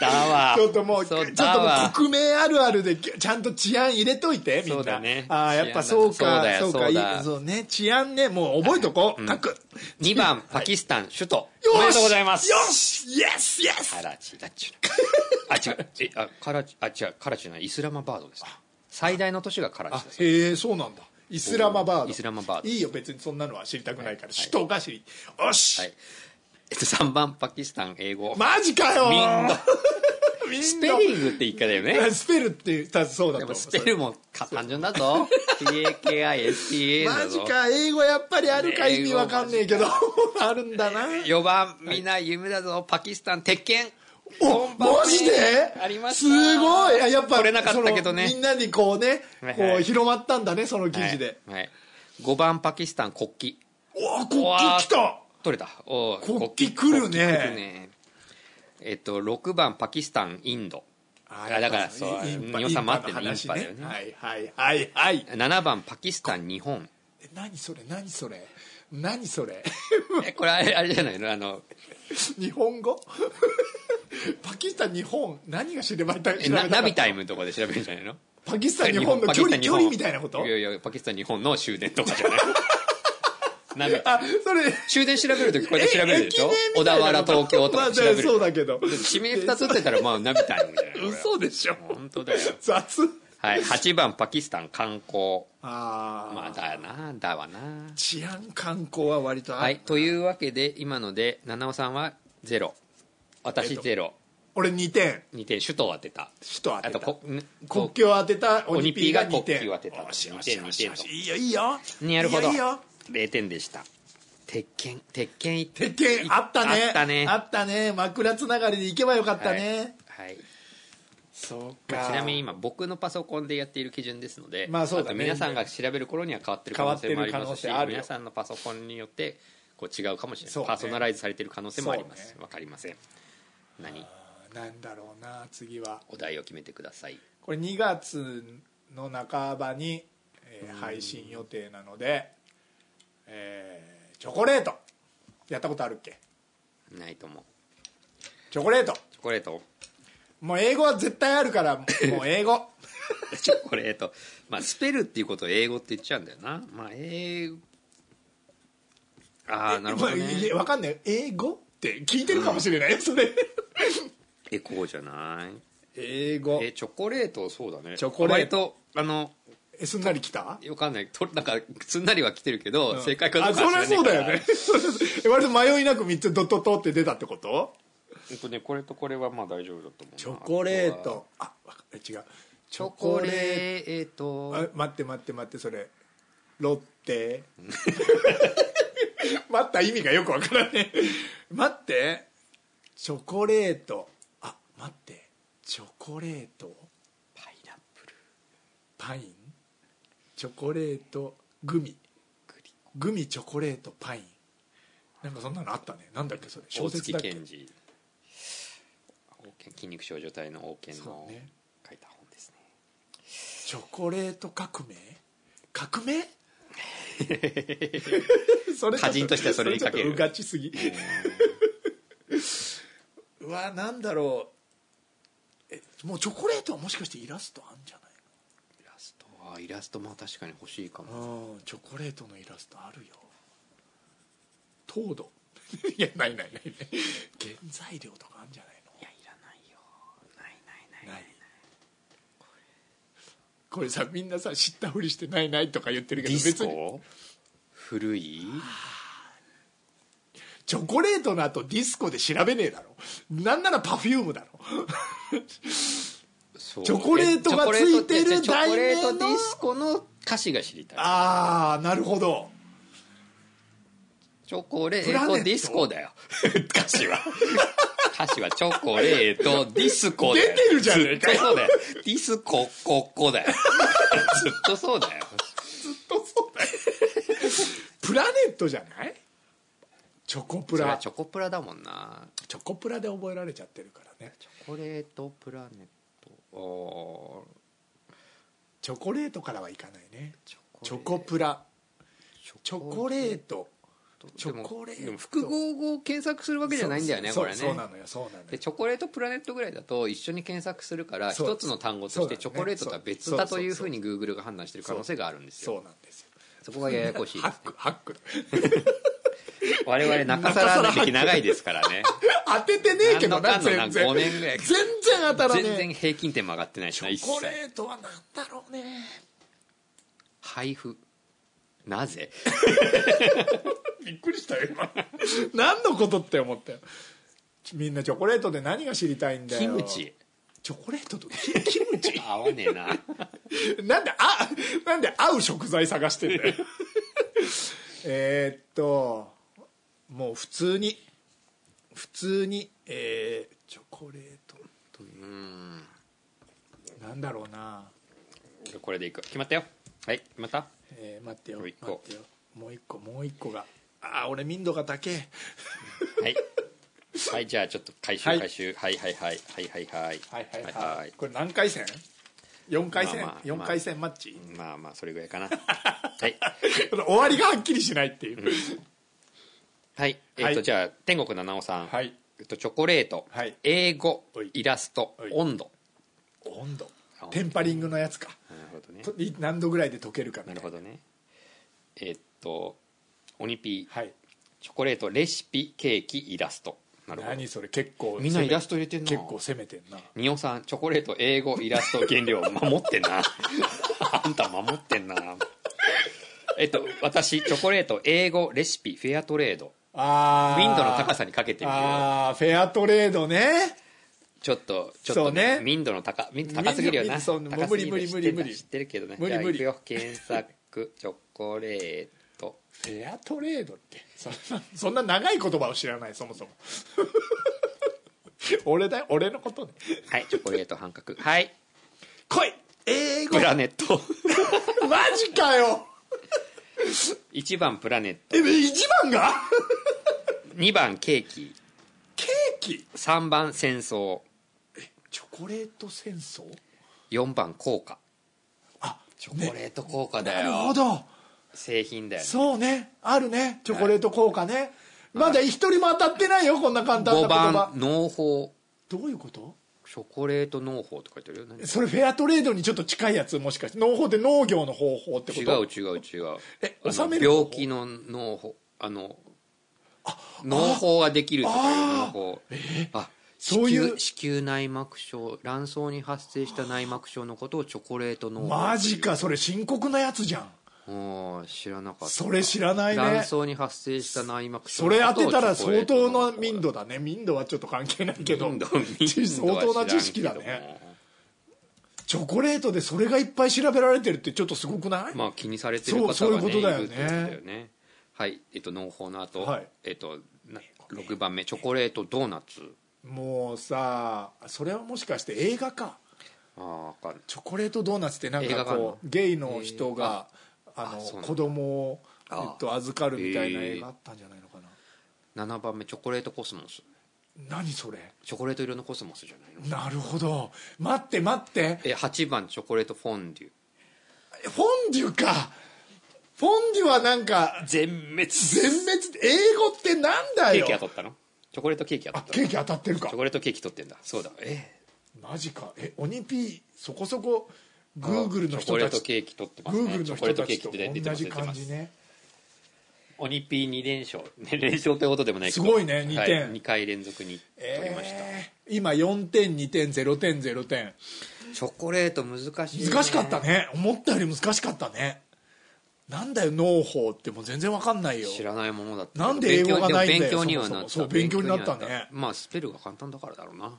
S1: だわ
S2: ちょっともうちょ
S1: そ
S2: っと
S1: だ
S2: も
S1: わ
S2: う国名あるあるでちゃんと治安入れといてみんな
S1: そうだね
S2: ああやっぱそう
S1: 治安
S2: か
S1: だ
S2: そう
S1: そ
S2: か
S1: う
S2: い
S1: だ
S2: いそうね治安ねもう覚えとこう、書く
S1: 二番パキスタン首都
S2: よし
S1: おめでとうございます
S2: よしイエスイエス
S1: カラチだっちゅう あ違うえあカラチあ違うカラチじゃないイスラマバードです最大の都市がカラチ
S2: あ
S1: です
S2: へえそうなんだイスラマバード
S1: イスラマバード
S2: いいよ別にそんなのは知りたくないから、首都が知りよし、
S1: はいえっと3番パキスタン英語
S2: マジかよ
S1: みんな
S2: みんな
S1: スペリングって言い方だよ ね
S2: スペルって言ったらそうだ
S1: で
S2: と思
S1: も
S2: う
S1: スペルもか単純だぞ PAKISTA だ
S2: マジ
S1: ぞ
S2: か英語やっぱりあるか意味わかんねえけどあるんだな
S1: 4番みんな夢だぞパキスタン鉄拳
S2: おマジで
S1: ありました
S2: すごいあやっぱ
S1: 取れなかったけどね
S2: そのみんなにこうね
S1: はいはい
S2: こう広まったんだねその記事で、
S1: はいはい、5番パキスタン国旗
S2: おお国旗来た
S1: 取れたおー
S2: 国旗来るね
S1: 国旗来るねえっと6番パキスタンインド
S2: あ
S1: あだからそう尿さん待ってる
S2: インパの話
S1: インパだよね
S2: はいはいはいはい
S1: 7番パキスタン日本
S2: え何それ何それ何それ
S1: えこれあれあれじゃないのあの
S2: 日本語 パキスタン日本何が知ればいた
S1: え
S2: 知ら
S1: な
S2: なか
S1: ナ
S2: った
S1: ビタイムとかで調べるんじゃないの
S2: パキス タン日本の距離距離みたいなこと
S1: いやいやパキスタン日本の終電とかじゃない ナビ
S2: あそれ
S1: 終電調べるときこうやって調べるでしょ
S2: え駅名み
S1: 小
S2: た
S1: 田
S2: いな
S1: 原東京と
S2: ま
S1: か
S2: あ
S1: 調べる
S2: そうだけど
S1: 地名2つってたらまあナビタイムじゃない
S2: 嘘でしょ
S1: 本当だよ
S2: 雑
S1: はい8番パキスタン観光
S2: ああ、
S1: まあだよなだわな
S2: 治安観光は割とあ
S1: はいというわけで今ので七尾さんはゼロ
S2: え
S1: 私
S2: っと
S1: ゼロ
S2: 俺2点
S1: 2点首都を当てた
S2: 首都当
S1: あ
S2: て
S1: と
S2: た
S1: こん
S2: 国
S1: こ
S2: 境当てた鬼ピーが2
S1: 鬼ピーが
S2: 点
S1: 国旗を当てた
S2: よしよしよしよし
S1: 二点二点と
S2: いいよいいよ
S1: なるほど
S2: いいよいいよ
S1: 0点でした鉄拳鉄拳行
S2: 鉄拳あったね
S1: あったね
S2: あったね枕つながりで行けばよかったね、
S1: はい、はい
S2: そう
S1: ま
S2: か
S1: あちなみに今僕のパソコンでやっている基準ですので、
S2: まあそうだね
S1: と皆さんが調べる頃には変わってる可能性もありますし
S2: 変わってる可能性あるよ
S1: 皆さんのパソコンによってこう違うかもしれな
S2: そ
S1: い、
S2: うね
S1: パーソナライズされてる可能性もありま
S2: そ
S1: す
S2: う
S1: わ、かりません何
S2: なんだろうな次は
S1: お題を決めてください
S2: これ2月の半ばに、えー配信予定なので、えーチョコレートやったことあるっけ
S1: ないと思う
S2: チョコレート
S1: チョコレート
S2: もう英語は絶対あるからもう英語
S1: チョコレートまあスペルっていうことを英語って言っちゃうんだよなまあ英語あ あなるほど
S2: まあい
S1: ね
S2: えわかんない英語って聞いてるかもしれない、それ
S1: えこうじゃない
S2: 英語
S1: えチョコレートそうだね
S2: チョコレー
S1: ト割とあの
S2: えすんなり来た
S1: わかんないとなんかすんなりは来てるけど、正解かど
S2: あ
S1: うか
S2: そ
S1: は
S2: りゃ
S1: 知ら
S2: そう
S1: な
S2: だ
S1: いから
S2: よね 割と迷いなく3つドットトって出たってこと
S1: えっとねこれとこれはまあ大丈夫だと思うな
S2: チョコレートあわか違うチ
S1: チョコレート
S2: あ待って待って待ってそれロッテ 待った意味がよくわからねえ待ってチョコレートあ待ってチョコレート
S1: パイナップル
S2: パインチョコレートグミ
S1: グリ
S2: グミチョコレートパインなんかそんなのあったねなんだっけそれ小
S1: 大月
S2: 説だっけ
S1: 健治王権筋肉少女隊の王権
S2: そ
S1: の
S2: うね
S1: 書いた本ですね
S2: チョコレート革命革命 それちょっ
S1: 歌人としてはそれにかける
S2: そちょっとうがちすぎうわなんだろうえもうチョコレートはもしかしてイラストあんじゃな
S1: イラストはイラストも確かに欲しいかも
S2: いのうんチョコレートのイラストあるよ糖度 いやないないないない原材料とかあんじゃないの
S1: いやいらないよないないない
S2: ないこれさみんなさ知ったふりして「ないない」とか言ってる
S1: デ
S2: けど
S1: ィス
S2: 別に
S1: コ古い
S2: チョコレートの後ディスコで調べねえだろなんならパフュームだろ
S1: そう
S2: チョコレートがついてる
S1: えチョコレート
S2: 題名の
S1: ディスコの歌詞が知りたい
S2: ああなるほど
S1: チョコレ
S2: プラ
S1: ー
S2: ネッ
S1: ト
S2: ト
S1: ディスコだよ 歌詞は歌詞はチョコレートディスコだよ
S2: 出てるじゃねえか
S1: ずっとそうだよディスコここだよずっとそうだよ
S2: プラネットじゃないチョコプ
S1: それは
S2: ラ
S1: チ
S2: チ
S1: ョコプラだもんな
S2: ョコプラで覚えられちゃってるからね
S1: チョコレートプラネットおー
S2: チョコレートからはいかないね
S1: チ
S2: チョコプラチ
S1: チョ
S2: ョ
S1: コ
S2: コ
S1: レー
S2: レート
S1: ト
S2: チョコレート
S1: でもでも複合語を検索するわけじゃないんだよね
S2: そう
S1: これね
S2: そうそうなのよそうなの
S1: で
S2: よ
S1: チョコレートプラネットぐらいだと一緒に検索するから
S2: そう
S1: 一つの単語と
S2: そう
S1: し
S2: だ
S1: て
S2: ね
S1: チョコレートとは別だというふうに Google が判断してる可能性があるんです
S2: そ
S1: よ
S2: うなんですよ
S1: そこがややこしい
S2: ハ
S1: で
S2: ッ
S1: す
S2: クハック だ
S1: 我々中皿の歴長いですからね
S2: 当ててねえけどな
S1: なんだかんだな
S2: 全然
S1: 5年ぐらい
S2: 全然当たらねえ
S1: 全然平均点も上がってないし
S2: チ
S1: な一
S2: ョコ
S1: 切
S2: レートはなんだろうね
S1: 配布なぜ
S2: びっくりしたよ今 何のことって思ったよみんなチョコレートで何が知りたいんだよ
S1: キムチ
S2: チョコレートとキキムチ
S1: 合わねえな
S2: なんであなんで合う食材探してんだよえーっともう普通に普通にえーチョコレートという
S1: うん
S2: なんだろうな、
S1: 俺これでいく決まったよはい決まった
S2: えー待ってよ
S1: もう
S2: 待
S1: 一個
S2: ってよもう一個もう一個がああ俺民度が高え
S1: はいはいじゃあちょっと回収
S2: はい
S1: 回収はいはいはいはいはいはい
S2: はいはいはい、これ何回戦 ?4 回戦、
S1: まあまあ
S2: 四回戦マッチ、
S1: まあまあそれぐらいかな はい
S2: 終わりがはっきりしないっていう、
S1: はいえっ、と、
S2: はい
S1: じゃあ天国七尾さん、
S2: はい
S1: えっと、チョコレート、
S2: はい
S1: 英語
S2: おい
S1: イラスト
S2: おい
S1: 温度
S2: 温度
S1: あ
S2: テンパリングのやつか
S1: なるほどね
S2: とい何度ぐらいで溶けるかみた
S1: ないる
S2: な
S1: ほどねえっとオニピー
S2: はい
S1: チョコレートレシピケーキイラストなるほど
S2: 何それ結構
S1: みんなイラスト入れてんな
S2: 結構攻めてんな
S1: ニオさんチョコレート英語イラスト原料守ってん なあんた守ってんなえっと私チョコレート英語レシピフェアトレード
S2: あ
S1: ウ
S2: ー
S1: ィンドの高さにかけてみる
S2: ああフェアトレードね
S1: ちょっとちょっと
S2: そうね
S1: 民度の高民度高すぎるよな
S2: 民度そう
S1: 高すぎる
S2: 無理無理無理無理
S1: 知ってるけどね
S2: 無理
S1: じゃあ
S2: 無理
S1: 行くよ検索チョコレート
S2: フェアトレードってそんなそんな長い言葉を知らないそも そも俺だよ俺のことね
S1: はいチョコレート半角はい
S2: 来い英語
S1: プラネット
S2: マジかよ
S1: 1番プラネット
S2: え一番が
S1: 2番ケーキ
S2: ケーキ
S1: 3番戦争
S2: チョコレート戦争
S1: 4番効果
S2: あ
S1: チョコレート効果だ
S2: な
S1: よ、
S2: るほど
S1: 製品だよね
S2: そうねあるねチョコレート効果ね、まだ一人も当たってないよこんな簡単
S1: 5
S2: な言葉
S1: 番農法
S2: どういうこと
S1: チョコレート農法って書いてあるよ何
S2: それフェアトレードにちょっと近いやつもしかして農法って農業の方法ってこ
S1: 違
S2: と
S1: う違う違う
S2: え
S1: あの
S2: 収める方法
S1: 病気の農法あの農法ができるとかいう農法あ
S2: そういう
S1: 子宮子宮内膜症卵巣に発生した内膜症のことをチョコレート農法
S2: マジかそれ深刻なやつじゃん
S1: おー知らなかった
S2: それ知らない
S1: 卵
S2: ね
S1: 巣に発生した内膜症
S2: そ
S1: のこ
S2: れ
S1: とを
S2: 当てたら
S1: チョコレ
S2: 相
S1: ート
S2: 当
S1: 農法
S2: な民度だね民度はちょっと関係ないけど
S1: 民度
S2: 相当な知識だねチョコレートでそれがいっぱい調べられてるってちょっとすごくない、
S1: まあ気にされてる方が、ね、
S2: そうそういうことだよね
S1: るってことだよねはいえっと農法の後、
S2: はい
S1: えっとな6番目チョコレートドーナツ
S2: もうさそれはもしかして映画か
S1: あーわかんない
S2: チョコレートドーナツってなん
S1: 映画
S2: か
S1: 館の
S2: こうゲイの人が、あ
S1: あそうなん
S2: の
S1: だ
S2: 子供を、え
S1: あ
S2: っと、預かるみたいな
S1: へえ
S2: 映画あったんじゃないのかな、
S1: 7番目チョコレートコスモス
S2: 何それ
S1: チョコレート色のコスモスじゃないの
S2: なるほど待って待って
S1: え8番チョコレートフォンデュ
S2: フォンデュかフォンデュはなんか
S1: 全滅
S2: 全滅英語ってなんだ
S1: ケー
S2: よ
S1: キ当たったのチョコレートケーキ当た
S2: あ
S1: った
S2: ケ
S1: の
S2: ーキ当たってるか
S1: チョコレートケーキ取ってんだそうだえ
S2: マジかえオニピーそこそこグーグルの
S1: チョコ
S2: 人
S1: レ
S2: た
S1: ート
S2: ち
S1: ケーキ取ってます
S2: グー
S1: ね
S2: グル
S1: チ
S2: の
S1: ョコレ
S2: 人
S1: ートケ
S2: た
S1: ー
S2: ち
S1: キ
S2: と
S1: って出て
S2: 同
S1: ます
S2: じ
S1: 出て
S2: 感
S1: ま
S2: じ
S1: す
S2: ね
S1: オニピー2連勝2連勝ってことでもないけど
S2: すごいね二点
S1: はい、2回連続に取りました、
S2: えー今4点2点0点0点
S1: チョコレート難しい、
S2: 難しかったね思ったより難しかったねなんだよ農法ってもう全然わかんないよ
S1: 知らないものだったけど
S2: なんで英語がないんだよ
S1: 勉強にはなった
S2: そもそもそう勉強になったね
S1: 勉強にはなまあスペルが簡単だからだろうな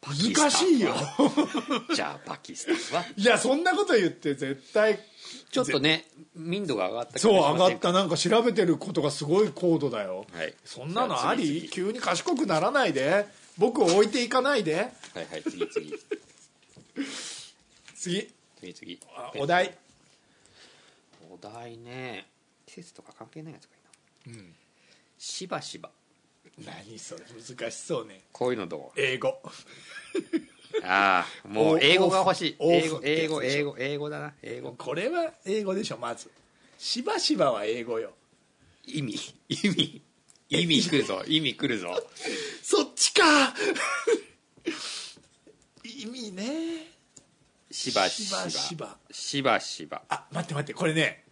S1: パキスタンは
S2: 難しいよ
S1: じゃあパキスタンはい
S2: やそんなこと言って絶対
S1: ちょっとね民度が上がった気がし
S2: そう
S1: ま
S2: 上が
S1: せん
S2: っ、たなんか調べてることがすごい高度だよ、
S1: はい
S2: そんなのあ
S1: じゃ
S2: り
S1: 次
S2: 急に賢くならないで僕を置いていかないで
S1: はいはい次次
S2: 次
S1: 次次
S2: あお題
S1: お題ね季節とか関係ないやつがいいなしばしば
S2: 何それ難しそうね
S1: こういうのど
S2: 英語
S1: うああもう英語が欲しい
S2: オー
S1: 英
S2: フオ
S1: 語英語
S2: ーフってやつで
S1: 英
S2: しょ
S1: 語英語だな英語
S2: これは英語でしょまずしばしばは英語よ
S1: 意味意味意味くるぞ意味くるぞ
S2: そっちか意味ね
S1: しばしば
S2: しばし
S1: しば
S2: ば
S1: しば
S2: あ待って待ってこれね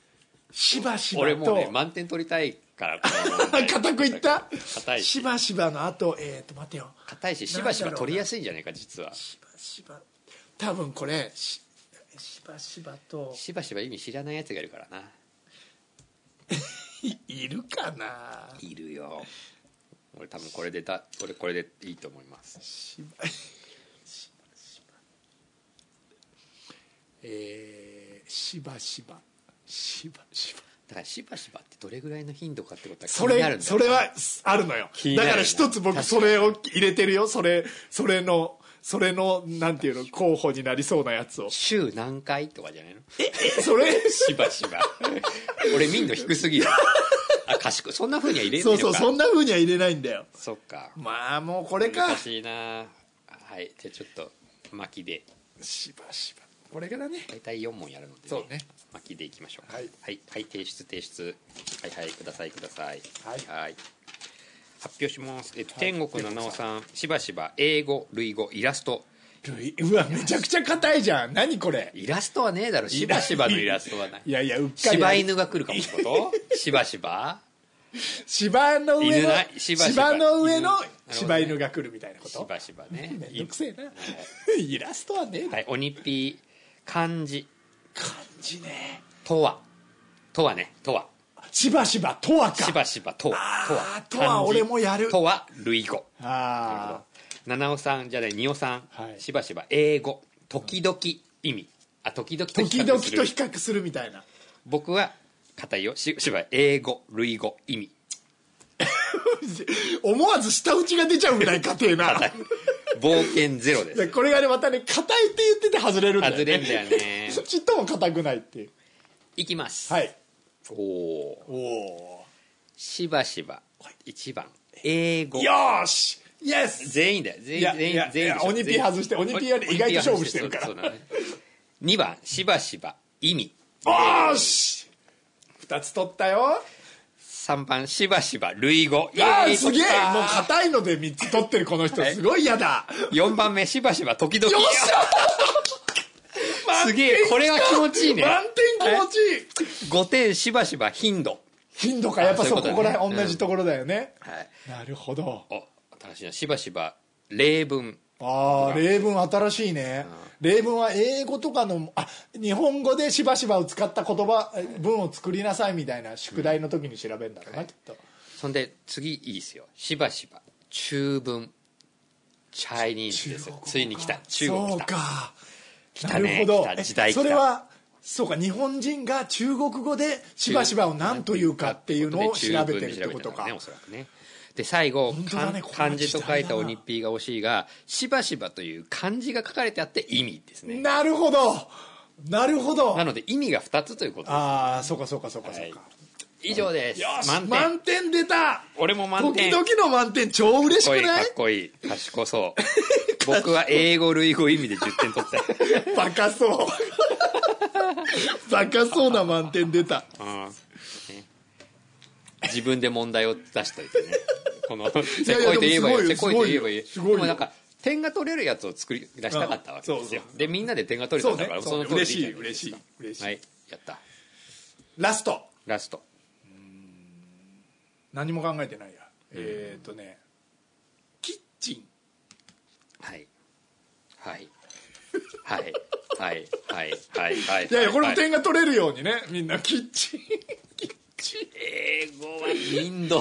S2: しばしばと
S1: 俺もうね満点取りたいからこの問題
S2: 固くいった
S1: 硬い
S2: し
S1: し
S2: ばしばのあとえっ、と待てよ
S1: 硬いししばしば取りやすいんじゃないか実は
S2: しばしば多分これししばしばと
S1: しばしば意味知らないやつがいるからない
S2: いるかない
S1: るよ俺多分これでだ俺これでいいと思います
S2: しばしばしばえー、しばしばしばしば
S1: だからしばしばってどれぐらいの頻度かってことは気
S2: そ
S1: になるん
S2: れ
S1: だ
S2: それはすあるのよ
S1: 気になる
S2: だ
S1: よ
S2: から一つ僕それを入れてるよそれそれのそれのなんていうの候補になりそうなやつを
S1: 週何回とかじゃないの
S2: えそれ
S1: しばしば俺民度低すぎるあ賢いそんなふうには入れないの
S2: そ
S1: か
S2: うそうそんな風には入れないんだよ
S1: そっか
S2: まあもうこれか
S1: 難しいなはいじゃあちょっと巻きで
S2: しばしばこれからね
S1: 大体4問やるので、ね、
S2: そうね
S1: 巻きでいきましょう
S2: はい
S1: はい、はい提出提出はいはいくださいください
S2: はい
S1: 発表します、えっと、天国七尾さんしばしば英語類語イラスト
S2: うわめちゃくちゃ硬いじゃん何これ
S1: イラストはねえだろしばしばのイラストはない
S2: いやいやうっかり
S1: 柴犬が来るかもってこと しばしば
S2: 芝の上
S1: 犬
S2: の
S1: ない芝
S2: 芝の上の
S1: 芝犬
S2: 柴犬が来るみたいなこ
S1: し
S2: と
S1: ばしばね
S2: めんどくせえなイラストはねえだ
S1: はい鬼ピー漢字
S2: 感じね
S1: とはとはねとは
S2: しばしばとはか
S1: しばしばとは
S2: あー
S1: とは
S2: とは
S1: 漢字
S2: 俺もやる
S1: とは類語
S2: あ
S1: 七尾さんじゃない二尾さん、
S2: はい
S1: しばしば英語時々意味あ時々
S2: ー
S1: と比
S2: 時
S1: 較
S2: 々
S1: す
S2: と
S1: る
S2: 比較するみたいな
S1: 僕は硬いよししば英語類語意味
S2: 思わず舌打ちが出ちゃうぐらい硬えな
S1: 冒険ゼロで
S2: いや
S1: す
S2: これがねまたね硬いって言ってて外れるんだよね
S1: 外れんだよね
S2: ちっとも硬くないっていう
S1: いきます、
S2: はい
S1: おお
S2: おお
S1: しばしば
S2: はい
S1: 一番英語
S2: よーしイエス
S1: 全員だよ全
S2: い
S1: 員
S2: や
S1: 全
S2: い
S1: 員全員でしょ
S2: やいや鬼ピー外して鬼ピーより意外と勝負してるから
S1: そうそうだね2番しばしば意味
S2: よーし2つ取ったよ
S1: 3番しばしば類語イエ
S2: あ
S1: ー
S2: ー
S1: イ
S2: すげえ
S1: 取った
S2: もう硬いので3つ取ってるこの人すごい嫌だ
S1: 4番目しばしば時々
S2: よっしゃ
S1: すげえこれは気持ちいいね
S2: 満点気持ちいい
S1: 5点しばしば頻度
S2: 頻度かやっぱそう
S1: あそうい
S2: こ
S1: うこと
S2: こ
S1: ね
S2: ら辺同じところだよね
S1: はい
S2: なるほど
S1: お新しいなしばしば例文
S2: ああ例文新しいね例文は英語とかのあ日本語でしばしばを使った言葉え文を作りなさいみたいな宿題の時に調べるんだろうなきっと
S1: そんで次いいですよしばしば中文チャイニーズですよついに来た中国
S2: そう
S1: 来た
S2: か
S1: たね
S2: なる
S1: 来
S2: ほど
S1: た時代来た
S2: えそれはそうか日本人が中国語でしばしばを何というかっていうのを調べてるってことか
S1: ねおそらくねで最後、
S2: 本当だ
S1: 漢
S2: ねこれは
S1: 漢字と書い
S2: 時代だ
S1: た
S2: な
S1: おにっぴーが惜しいがしばしばという漢字が書かれてあって意味ですね
S2: なるほどなるほど
S1: なので意味が2つということで
S2: ああそうかそうかそうかそうか、
S1: す以上です
S2: よし
S1: 満
S2: 満点
S1: 点
S2: 出た
S1: 俺も満点
S2: 時々の満点超嬉し
S1: かっこい
S2: く
S1: いか
S2: な
S1: っ
S2: い
S1: こいい賢そう 僕は英語類語意味で10点取ったよ
S2: バ カそうバカそうな満点 出た
S1: うんね自分で問題を出しといてねこのせこいと言えばいい
S2: で
S1: せ
S2: も
S1: こ
S2: すご
S1: い
S2: いよ
S1: と言えばいい
S2: すごいよ
S1: でもなんか点が取れるやつを作り出したかったわけですよ
S2: うんそう
S1: でみんなで点が取れ
S2: そ
S1: た
S2: うん
S1: だ
S2: ね
S1: から
S2: そう
S1: の
S2: ね
S1: 通り
S2: 嬉し
S1: でい
S2: い
S1: いじゃないですか
S2: 嬉しい嬉しい、
S1: はいやった
S2: ラスト
S1: ラスト
S2: 何も考えてないや、えーっ、とねキッチン
S1: はいはいはいはいはいはいはい
S2: いやいやこれも
S1: はい
S2: 点が取れるようにねみんなキッチンキッチン
S1: 英語は民度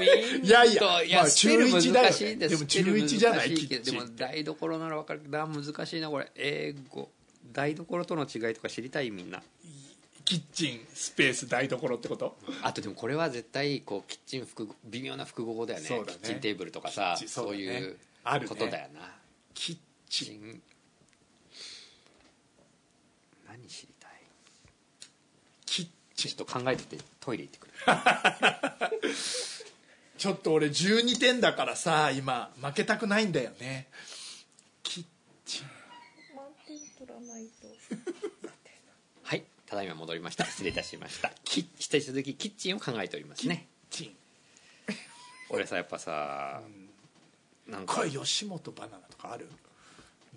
S1: 民度
S2: いやいやまあ
S1: スペル
S2: 中一だよね
S1: 難しいです
S2: でも中一じゃない
S1: スペル難しけど
S2: きっち
S1: で
S2: り
S1: も台所なら分かるけどあ難しいなこれ英語台所との違いとか知りたいみんな
S2: キッチンスペース台所ってこと
S1: あとでもこれは絶対こうキッチン複合微妙な複合語だよね
S2: そうだね
S1: キッチンテーブルとかさ
S2: キッチン
S1: そう,、
S2: そうだね
S1: いう
S2: あるね
S1: ことだよな
S2: キッ
S1: キッ
S2: チ
S1: チ
S2: ン
S1: ン何知りたい
S2: キッチン
S1: ちょっと考えててトイレ行ってくる
S2: ちょっと俺12点だからさ今負けたくないんだよねキッチン
S3: 満点取らないと。
S1: はいただいま戻りました失礼いたしましたき引き続きキッチンを考えておりますね
S2: キッチン
S1: 俺さやっぱさ、なんか
S2: これ吉本バナナとかある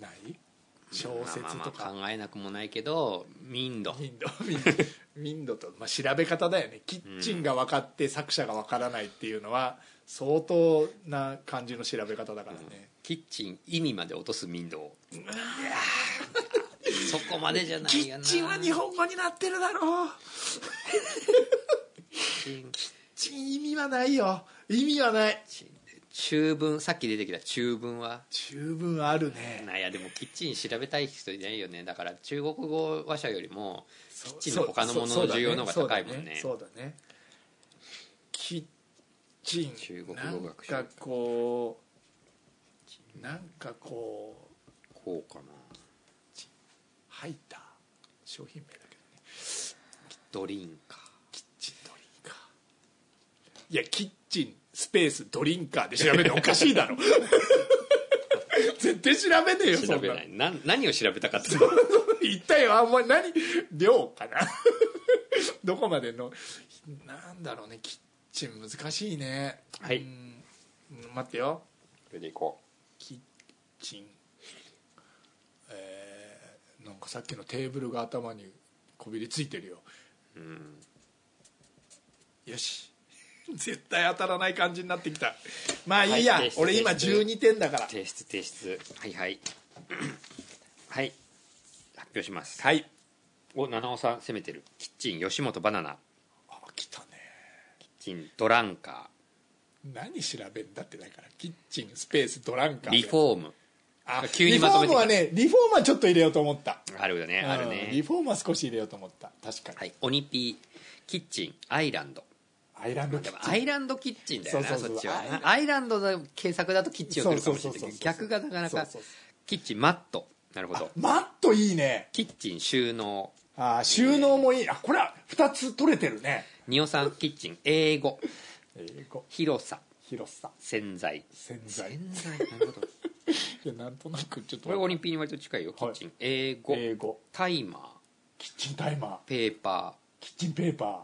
S2: ない小説
S1: まあま
S2: と
S1: あまあ
S2: か
S1: 考えなくもないけど民度
S2: 民度民度民度と、まあ、調べ方だよねキッチンが分かって作者が分からないっていうのは相当な感じの調べ方だからね、
S1: キッチン意味まで落とす民度をいやーそこまでじゃない
S2: キ
S1: よ
S2: ッ
S1: な
S2: チンは日
S1: 本
S2: 本語になってるだろうキッチン意味はないよ意味はない
S1: 中文さっき出てきた中文は
S2: 十分あるね
S1: いやでもキッチン調べたい人いないよねだから中国語話者よりも
S2: キ
S1: チ
S2: ッ
S1: ンの他のものの需要の方が高いもんね
S2: そうだねそうだねキッチン
S1: 中国語学習
S2: なんかこうなんかこう
S1: こうかな
S2: 入った商品名だけどね
S1: ドリンか
S2: キッチンドリンカーいやキッチンスペースドリンカーで調べて おかしいだろ絶対調べねえよそ
S1: 調
S2: んな
S1: べ
S2: の
S1: ないな何を調べたかって
S2: 一体あんまり何量かな どこまでのなんだろうねキッチン難しいね
S1: はい
S2: うん待ってよ
S1: れでいこ
S2: キッチンえーなんかさっきのテーブルが頭にこびりついてるよ
S1: う、うん、
S2: よし 絶対当たらない感じになってきたまあいいや、
S1: はい
S2: 俺今
S1: ですです
S2: 12点だから
S1: 提出提出はいはい はい発表します
S2: はい
S1: お七尾さん攻めてるキッチン吉本バナナ
S2: あ来たね
S1: キッチンドランカ
S2: 何調べんだってだからキッチンスペースドランカ
S1: ー
S2: ー
S1: リフォーム
S2: あ
S1: 急にまとめてきた
S2: リフォームはねリフォームはちょっと入れようと思った
S1: あるよねある
S2: うんリ
S1: ね
S2: フォームは少し入れようと思った確かに、
S1: はい鬼ピーキッチンアイランド
S2: アイランドキ
S1: でも
S2: ッチン
S1: アイランドキッチンだよな
S2: そ
S1: そう
S2: そうそう
S1: っちは
S2: アイラン
S1: なアイランドの検索だとキッチンを取るかもしれないけ
S2: そうそうそう
S1: ど
S2: そう
S1: 逆がなかなか
S2: そうそうそ
S1: キッチンマットなるほど
S2: マットいいね
S1: キッチン収納
S2: あー収納もいいあこれは2つ取れてるね
S1: ニオさんキッチン英語
S2: 英語
S1: 広さ
S2: 広さ
S1: 洗剤
S2: 洗剤
S1: 洗剤なるほど
S2: いやなんとなくちょっと
S1: これオリンピックに割と近いよキッチン英語
S2: 英語
S1: タイマー
S2: キッチンタイマー
S1: ペーパ
S2: キッチンペーパー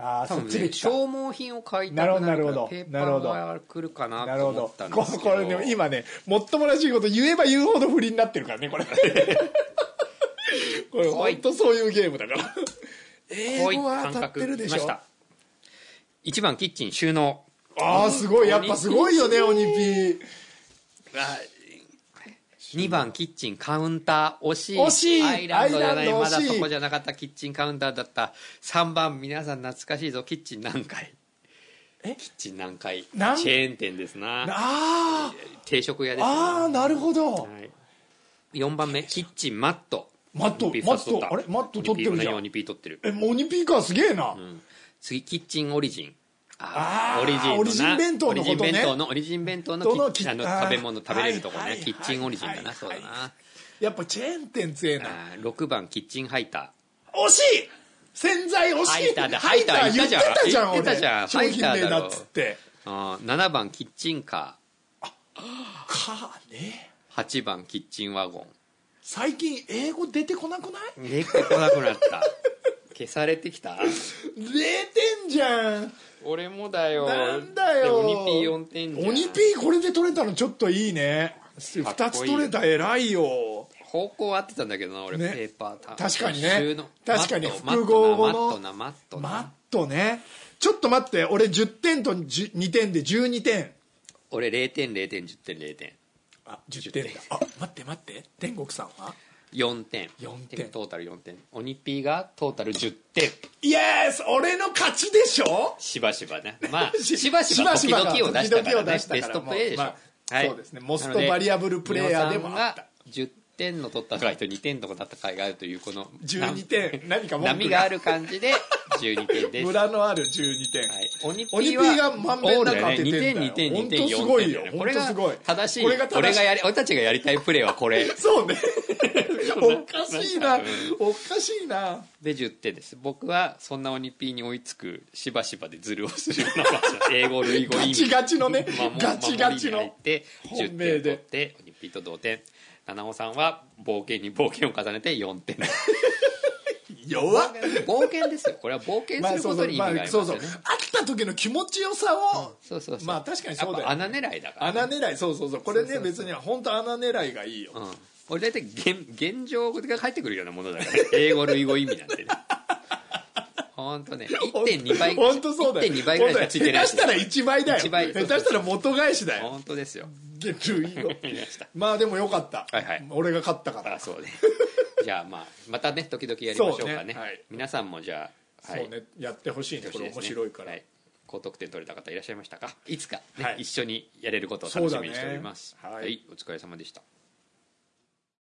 S2: ああ
S1: ー多
S2: そっ
S1: 分
S2: ち
S1: ね
S2: で来た
S1: 消耗品を買いたく
S2: なるほ
S1: な
S2: ど
S1: るか
S2: なるほど
S1: らペーパ
S2: なるほ
S1: ー
S2: ど
S1: は来るかな
S2: なる
S1: と
S2: ほ
S1: 思
S2: ど
S1: ったんで
S2: こ
S1: すけど
S2: これね今ねもっともらしいこと言えば言うほど不利になってるから ねこれこれ
S1: はい
S2: 本当そういうゲームだから
S1: こう
S2: 英
S1: いう
S2: 語は
S1: 感
S2: 当たっ
S1: 覚
S2: てるで
S1: き
S2: し
S1: ま
S2: ょ
S1: した1番キッチン収納
S2: ああすごいやっぱすごいよねオニピー
S1: 2番キッチンカウンター惜しい
S2: 惜しい
S1: アイランドじゃな
S2: アイラ
S1: い
S2: ンド惜
S1: ま
S2: しい
S1: だそこじゃなかったキッチンカウンターだった3番皆さん懐かしいぞキッチン何回
S2: え
S1: キッチン何回チェ
S2: なん
S1: ーン店ですな
S2: あ
S1: 定食屋
S2: あ
S1: です
S2: ああ
S1: な
S2: なるほど
S1: はい、4番目キッチンマット
S2: マット
S1: オリンピークさ取った
S2: マットあれマット取ってるじゃん
S1: オリンピーク同じように P 取って
S2: え
S1: る、
S2: もうオニピーカーすげえな
S1: うん、次キッチンオリジン
S2: あーオリジン弁当のことね
S1: オリジン弁当のオリジン弁当のキ
S2: どの
S1: ッ
S2: キ
S1: チン
S2: ッ
S1: あの
S2: あ
S1: 食
S2: ー
S1: べ物食べれるとこね、
S2: はいはい
S1: キッチンオリジンだな、
S2: はい
S1: そうだな、
S2: やっぱチェーン店強えな
S1: あー6番キッチンハイタ
S2: 惜しい洗剤惜
S1: ー
S2: し
S1: ハ
S2: い
S1: イターだハイター言って
S2: 言っ
S1: て
S2: た
S1: た
S2: じ
S1: じ
S2: ゃ
S1: ゃ
S2: ん
S1: ん言っ
S2: 俺
S1: てたじゃん
S2: 商品名だっつって
S1: あー7番キッチンカ
S2: かね
S1: ー8番キッチンワゴン
S2: 最近英語出てこなくない
S1: 出てこなくなった 消されてきた
S2: 出てんじゃん
S1: 俺もだよ
S2: なんだよ
S1: で鬼ピー4点じゃん
S2: 鬼ピーこれで取れたのちょっといいね
S1: かっこいい
S2: 2つ取れた偉いよ
S1: 方向合ってたんだけどな俺、
S2: ね
S1: ペーパータ
S2: 確かにね
S1: 収納
S2: 確かに
S1: マット
S2: 複合語の
S1: マットなマットなマット
S2: マ
S1: な
S2: ットねちょっと待って俺10点と10 2点で12点
S1: 俺0点0点10点0点
S2: あ10点だあ待って待って天国さんは
S1: 4点
S2: 4点
S1: トータル4点鬼ピーがトータル10点
S2: イエス俺の勝ちでしょ
S1: しばしば ねまあしばしば時
S2: が
S1: 々を出したから
S2: 時々を出
S1: ね
S2: した
S1: ベストプレーでしょ、
S2: まあそうですねモストバリアブルプレイヤーでもあった
S1: なのでレオさんが10点の取った回と2点の取った回があるというこの
S2: 12点何か文句
S1: 波がある感 じで12点です
S2: ムラのある12点、
S1: はい、鬼
S2: オリ
S1: ピ
S2: ピ
S1: ー
S2: ー
S1: は
S2: が満遍なく当ててんだよ
S1: 2点2点2点
S2: 本当すごい
S1: 4
S2: よ
S1: 点だねこれが
S2: 本当すごい
S1: 正しい
S2: これが正しい
S1: 俺がやり俺たちがやりたいプレーはこれ
S2: そ うねおかしいな
S1: うん
S2: おかしいな
S1: で10点です僕はそんな鬼ピーに追いつくしばしばでズルをするような 場所英語類語意味
S2: ガチガチのね
S1: まあもう
S2: ガチガチの
S1: 守りに入って
S2: 本
S1: 10点
S2: 命で
S1: 取って鬼ピーと同点七尾さんは冒険に冒険を重ねて4点
S2: 弱っ
S1: 冒険ですよこれは冒険
S2: まあ
S1: する
S2: そ
S1: こ
S2: うそ
S1: と
S2: う
S1: に意味
S2: ま
S1: があり
S2: あ
S1: ます
S2: そう
S1: よ
S2: そう
S1: ね
S2: 会った時の気持ちよさを、
S1: そうそうそう
S2: まあ確かにそうだ
S1: や
S2: よね
S1: っぱ穴狙いだから
S2: 穴狙いそうそうそうこれね
S1: そうそうそう
S2: 別には本当穴狙いがいいよ、
S1: うん、俺大体現現状が返ってくるようなものだから、ね、英語類語意味なん てね本当ね1.2倍
S2: 本当そうだよ
S1: 1.2倍ぐらいしかついてない
S2: 本当だよ下手したら1倍だよ
S1: 一倍
S2: 下手したら元返しだよ
S1: 本当ですよ
S2: ゲルイ ゴ
S1: 見ました
S2: まあでもよかった、
S1: はいはい
S2: 俺が勝ったから
S1: あそうね じゃあまあまたね時々やりましょうかね
S2: そうねはい
S1: 皆さんもじゃあ、はい、
S2: そうねやってほしいね
S1: よろ
S2: こ
S1: し
S2: れ
S1: ですね
S2: 面白いから、
S1: はい高得点取れた方いらっしゃいましたかいつか、ね
S2: はい
S1: 一緒にやれることを楽しみにしております、
S2: そうだねはい
S1: はい、お疲れ様でした